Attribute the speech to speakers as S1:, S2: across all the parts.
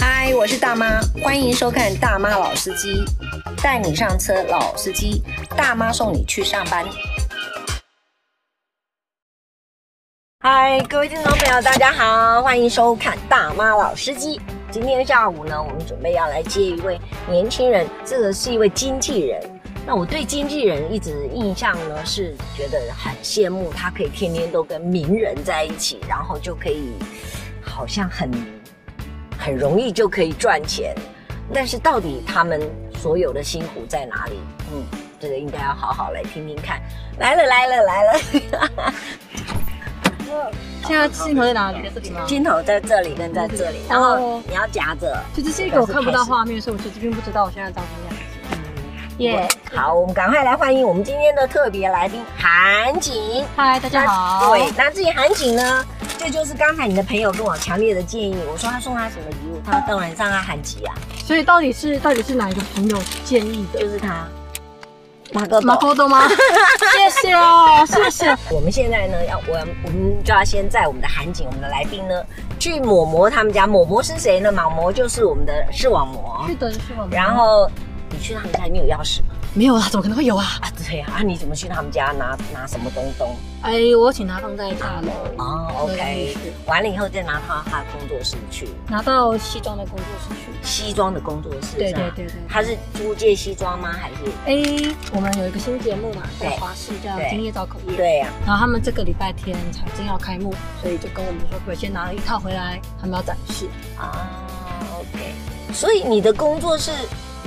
S1: 嗨，我是大妈，欢迎收看《大妈老司机》，带你上车，老司机，大妈送你去上班。嗨，各位听众朋友，大家好，欢迎收看《大妈老司机》。今天下午呢，我们准备要来接一位年轻人，这个是一位经纪人。那我对经纪人一直印象呢，是觉得很羡慕他可以天天都跟名人在一起，然后就可以好像很很容易就可以赚钱。但是到底他们所有的辛苦在哪里？嗯，这个应该要好好来听听看。来了，来了，来了。
S2: 现在镜头在哪里？在这里吗？嗯哦
S1: 镜头在这里跟在这里，然后你要夹着。
S2: 就这是一个我看不到画面，所以我其实并不知道我现在长什么样子。嗯耶！
S1: 好，我们赶快来欢迎我们今天的特别来宾韩景。
S2: 嗨，大家
S1: 那
S2: 好。
S1: 对，，那至于韩景呢，这就是刚才你的朋友跟我强烈的建议，我说他送他什么礼物，他当然让他韩吉啊，
S2: 所以到底是到底是哪一个朋友建议的？
S1: 就是他。马哥，
S2: 马哥多吗？ 谢谢哦，谢谢。
S1: 我们现在呢，要我我们就要先在我们的韩景，我们的来宾呢，去抹磨他们家。抹磨是谁呢？马磨就是我们的视网膜
S2: 去。等是我们。
S1: 然后你去他们家，你有钥匙吗？
S2: 没有啊，怎么可能会有啊？
S1: 啊，对啊，啊你怎么去他们家拿拿什么东东？
S2: 哎，我请他放在大楼。
S1: 哦，OK，完了以后再拿到他的工作室去，
S2: 拿到西装的工作室去。啊
S1: 西装的工作室。
S2: 对
S1: 是吧
S2: 对对对
S1: 他是租借西装吗？还是？
S2: 哎，我们有一个新节目嘛，在华视叫
S1: 对
S2: 《今夜找口业》。
S1: 对啊呀、
S2: 然后他们这个礼拜天才正要开幕，所以就跟我们说，可不可以先拿了一套回来，他们要展示。
S1: 啊，，OK。所以你的工作是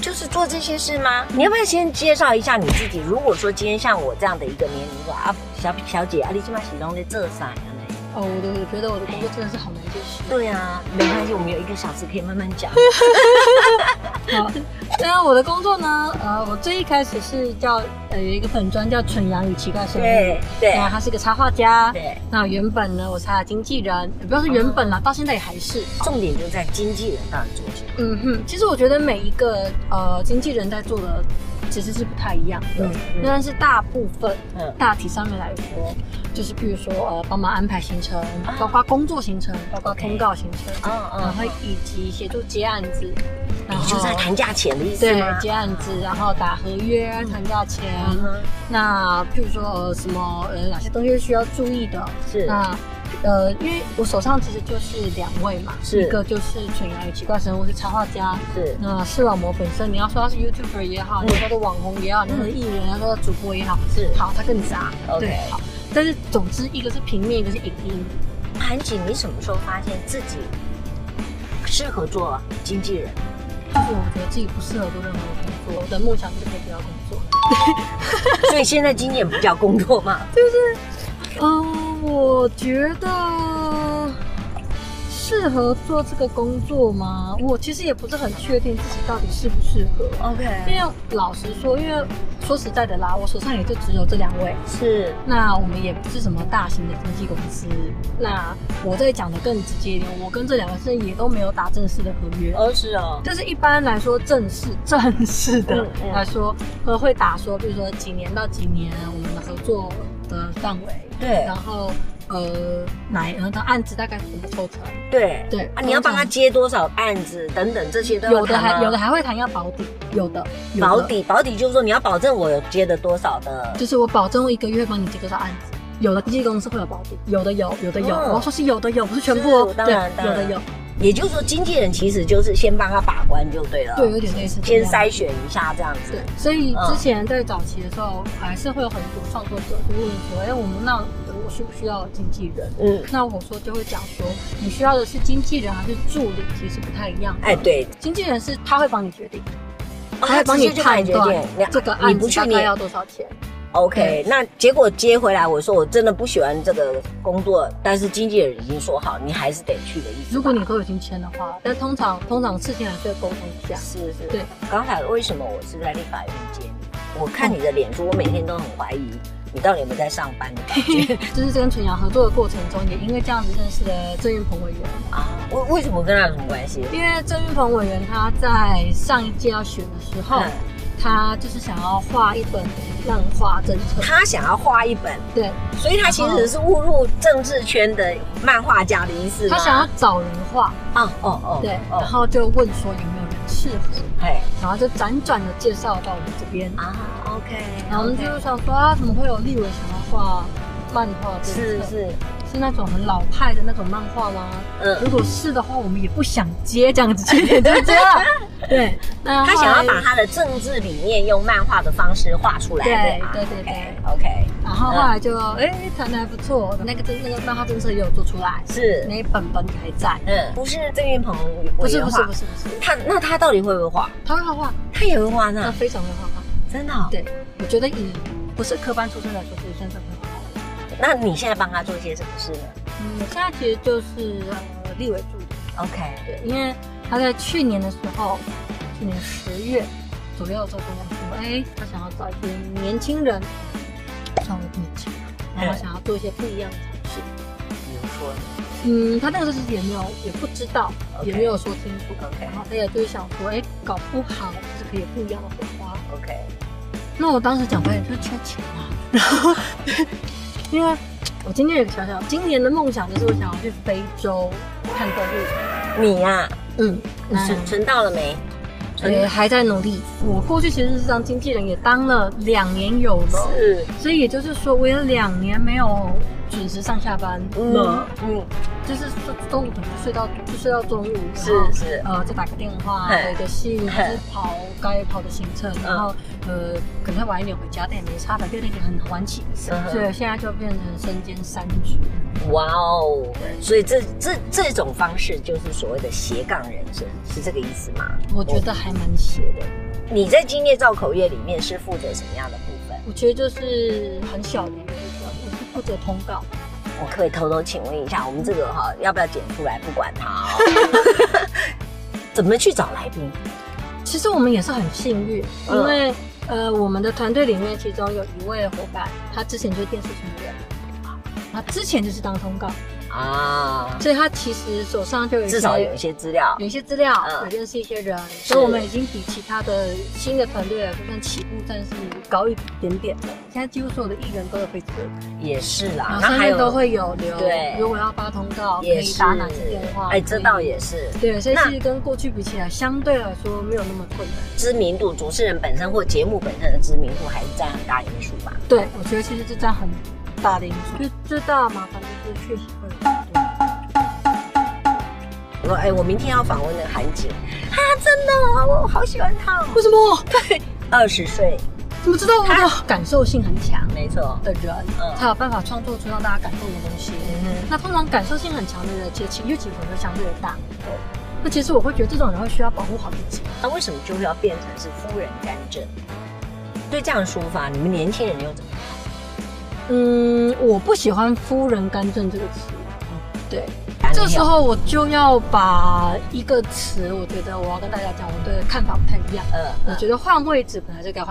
S1: 就是做这些事吗？你要不要先介绍一下你自己？如果说今天像我这样的一个年龄段啊，小小姐啊，你起码始终在这啥样呢？
S2: 哦，我的我觉得我的工作真的是好难解释。
S1: 对啊，没关系，我们有一个小时可以慢慢讲。
S2: 好，那我的工作呢？呃，我最一开始是叫呃有一个粉专叫《蠢羊与奇怪生物》，
S1: 对对
S2: 那他是一个插画家。
S1: 对，哦
S2: 那原本呢，我是他的经纪人，也不要说原本啦，到现在也还是。
S1: 重点就在经纪人到底做什么。
S2: 嗯哼，其实我觉得每一个呃经纪人在做的其实是不太一样的，
S1: 嗯嗯
S2: 但是大部分
S1: 嗯
S2: 大体上面来说，就是比如说呃帮忙安排行程，包括工作行程，包括
S1: 啊 OK
S2: 通告行程，
S1: 嗯
S2: 然
S1: 嗯
S2: 后，以及协助接案子，然
S1: 你就在谈价钱的意思
S2: 对
S1: 吗？
S2: 接案子，然后打合约、谈价钱。
S1: 嗯哼
S2: 那譬如说呃什么呃哪些东西需要注意的？
S1: 是
S2: 那呃，因为我手上其实就是两位嘛，
S1: 是
S2: 一个就是蠢羊与奇怪生物是插画家，
S1: 是
S2: 那视网膜本身，你要说他是 YouTuber 也好，
S1: 嗯
S2: 你说的网红也好，你说的艺人，你说的主播也好，
S1: 是
S2: 好，他更杂
S1: OK
S2: 对，好。但是总之，一个是平面，一个是影音。
S1: 韩景，你什么时候发现自己适合做经纪人？
S2: 就是我觉得自己不适合做任何工作，我的梦想是可以不要工作。
S1: 所以现在经纪人不叫工作嘛？
S2: 嗯，我觉得适合做这个工作吗？我其实也不是很确定自己到底适不适合。因
S1: OK，
S2: 为老实说，因为说实在的啦，我手上也就只有这两位。
S1: 是
S2: 那我们也不是什么大型的经纪公司。那我再讲的更直接一点，我跟这两个是也都没有打正式的合约。
S1: 哦是哦，
S2: 但是一般来说，正式正式的
S1: 嗯嗯
S2: 来说，呃，会打说，比如说几年到几年，我们的合作的范围，
S1: 对
S2: 然后呃，哪然后的案子大概怎么抽成？
S1: 对
S2: 对
S1: 啊，你要帮他接多少案子等等这些都要
S2: 有的
S1: 谈吗
S2: 还有的还会谈要保底，有的有的
S1: 保底，保底就是说你要保证我有接的多少的，
S2: 就是我保证我一个月帮你接多少案子。有的经纪公司会有保底，有的有，有的有。
S1: 嗯
S2: 我要说是有的有，不是全部
S1: 是
S2: 哦。
S1: 当
S2: 对
S1: 然，当
S2: 有
S1: 然
S2: 的有，
S1: 也就是说经纪人其实就是先帮他把关就对了，
S2: 对，有点类似。
S1: 先筛。选一下这样子
S2: 对，，所以之前在早期的时
S1: 嗯
S2: 候，还是会有很多创作者就问说：“哎，我们那我需不需要经纪人
S1: 嗯，？”
S2: 那我说就会讲说，你需要的是经纪人还是助理，其实不太一样。
S1: 哎，对，
S2: 经纪人是他会帮你决定，
S1: 哦
S2: 会帮你
S1: 直接就帮
S2: 判
S1: 你决
S2: 断
S1: 定你
S2: 这个
S1: 你
S2: 案
S1: 不
S2: 子
S1: 去
S2: 大
S1: 你
S2: 概要多少钱。
S1: OK，那结果接回来，我说我真的不喜欢这个工作，但是经纪人已经说好，你还是得去的意思吧。
S2: 如果你都已经签的
S1: 嗯
S2: 话，但通常通常事情还是会沟通一下。
S1: 是是，
S2: 对。哦
S1: 刚才为什么我是在立法院接你？我看你的脸书，我每天都很怀疑你到底有没有在上班的感 觉
S2: 就是跟纯阳合作的过程中，也因为这样子认识了郑运鹏委员。
S1: 啊？为为什么跟他有什么关系？
S2: 因为郑运鹏委员他在上一届要选的时候，
S1: 嗯
S2: 他就是想要画一本浪画政策，
S1: 他想要画一本，
S2: 对
S1: 所以他其实是误入政治圈的漫画家的意思吗。
S2: 他想要找人画，
S1: 啊，哦哦，
S2: 对，
S1: 哦
S2: 然，后就问说有没有人适合，
S1: 哎
S2: 然后就辗转的介绍到我们这边，
S1: 啊，OK，
S2: 然后我们就想说啊，怎么会有立委想要画漫画政策？
S1: 是是，
S2: 是那种很老派的那种漫画吗？
S1: 嗯，
S2: 如果是的话，我们也不想接这样子，缺点就是 这样。对，那
S1: 他
S2: 后来
S1: 想要把他的政治理念用漫画的方式画出来，
S2: 对
S1: 吧
S2: 对对对
S1: ，OK，
S2: 然后后来就
S1: 嗯
S2: 哎谈的还不错，那个真那个漫画政策也有做出来，
S1: 是，
S2: 那一本本还在。
S1: 嗯，不是郑云鹏与
S2: 不
S1: 国
S2: 是
S1: 的
S2: 不
S1: 画
S2: 是不，是不是，
S1: 他那他到底会不会画？
S2: 他会画画，
S1: 他也会画
S2: 他
S1: 呢，
S2: 非常会啊画画。
S1: 真的哦。
S2: 嗯对，我觉得以不是科班出身来说，是算是很好的。
S1: 那你现在帮他做些什么事呢
S2: 嗯，我现在其实就是呃立委助理，
S1: ？OK，
S2: 对，因为他在去年的时候，去年十月左右的时候跟我说，哎，他想要找一些年轻人，像我这么轻，然后想要做一些不一样的尝试。
S1: 比如说呢
S2: 嗯，他那个时候也没有，也不知道
S1: OK
S2: 也没有说清楚。
S1: OK
S2: 然后他也就是想说，哎，搞不好就是可以有不一样的火花。
S1: ，OK，
S2: 那我当时讲白点，就是缺钱啊。然后，因为我今天有个小小今年的梦想就是我想要去非洲看动物。
S1: 你呀，
S2: 嗯，
S1: 你存存到了没？存
S2: 呃还在努力。我过去其实是当经纪人，也当了两年有了，
S1: 是，
S2: 所以也就是说，我有两年没有准时上下班了
S1: 嗯，嗯，
S2: 就是说中午可能就睡到就睡到中午，然后
S1: 是是，
S2: 呃，再打个电话
S1: 嘿
S2: 回个信，就
S1: 嘿嗯
S2: 是跑该跑的行程，然后呃，可能会晚一点回家，但也没差，反正那天很晚起，
S1: 嗯哼
S2: 所以现在就变成身兼三职。
S1: 哇哦！所以这这这种方式就是所谓的斜杠人生，是这个意思吗？
S2: 我觉得还蛮邪的，
S1: 你在今夜造口业里面是负责什么样的部分？
S2: 我觉得就是很小的一个地方，我是负责通告。
S1: 我可以偷偷请问一下，我们这个哈、要不要剪出来？不管它哦。 怎么去找来宾？
S2: 其实我们也是很幸运，
S1: 嗯
S2: 因为、呃，我们的团队里面其中有一位伙伴，他之前就是电视主持人，他之前就是当通告，
S1: 啊，
S2: 所以他其实手上就有一些
S1: 至少有一些资料
S2: 有一些资料，
S1: 嗯
S2: 有认识一些人，所以我们已经比其他的新的团队来说，算起步算是高一点点的。现在几乎所有的艺人都有 Facebook，
S1: 也是啦
S2: 然，后
S1: 那
S2: 上
S1: 还
S2: 面
S1: 有
S2: 哦都会啊有留，
S1: 对
S2: 如果要发通告，可
S1: 也
S2: 以
S1: 是
S2: 打哪些电话？
S1: 哎，这
S2: 可以
S1: 倒也是
S2: 对，所以
S1: 那
S2: 其实跟过去比起来，相对来说没有那么困难。
S1: 知名度，主持人本身或节目本身的知名度还是占很大因素吧。
S2: 对，我觉得其实这占很大的因素。最最大的麻烦就是确实会有很多。
S1: 我哎，我明天要访问的韩景啊，真的哦，我我好喜欢他哦。
S2: 为什么？
S1: 二十岁，
S2: 怎么知道我的感受性很强
S1: 没错，
S2: 的人，
S1: 嗯
S2: 才有办法创作出让大家感动的东西？
S1: 嗯
S2: 那通常感受性很强的人，其实情绪起伏就相对的大。那其实我会觉得这种人会需要保护好自己。
S1: 那为什么就要变成是夫人干政？对这样的说法，你们年轻人又怎么看？
S2: 嗯，我不喜欢“夫人干政”这个词。对，
S1: 男人
S2: 这时候我就要把一个词，我觉得我要跟大家讲，我的看法不太一样。
S1: 有，呃，
S2: 我觉得换位置本来就该换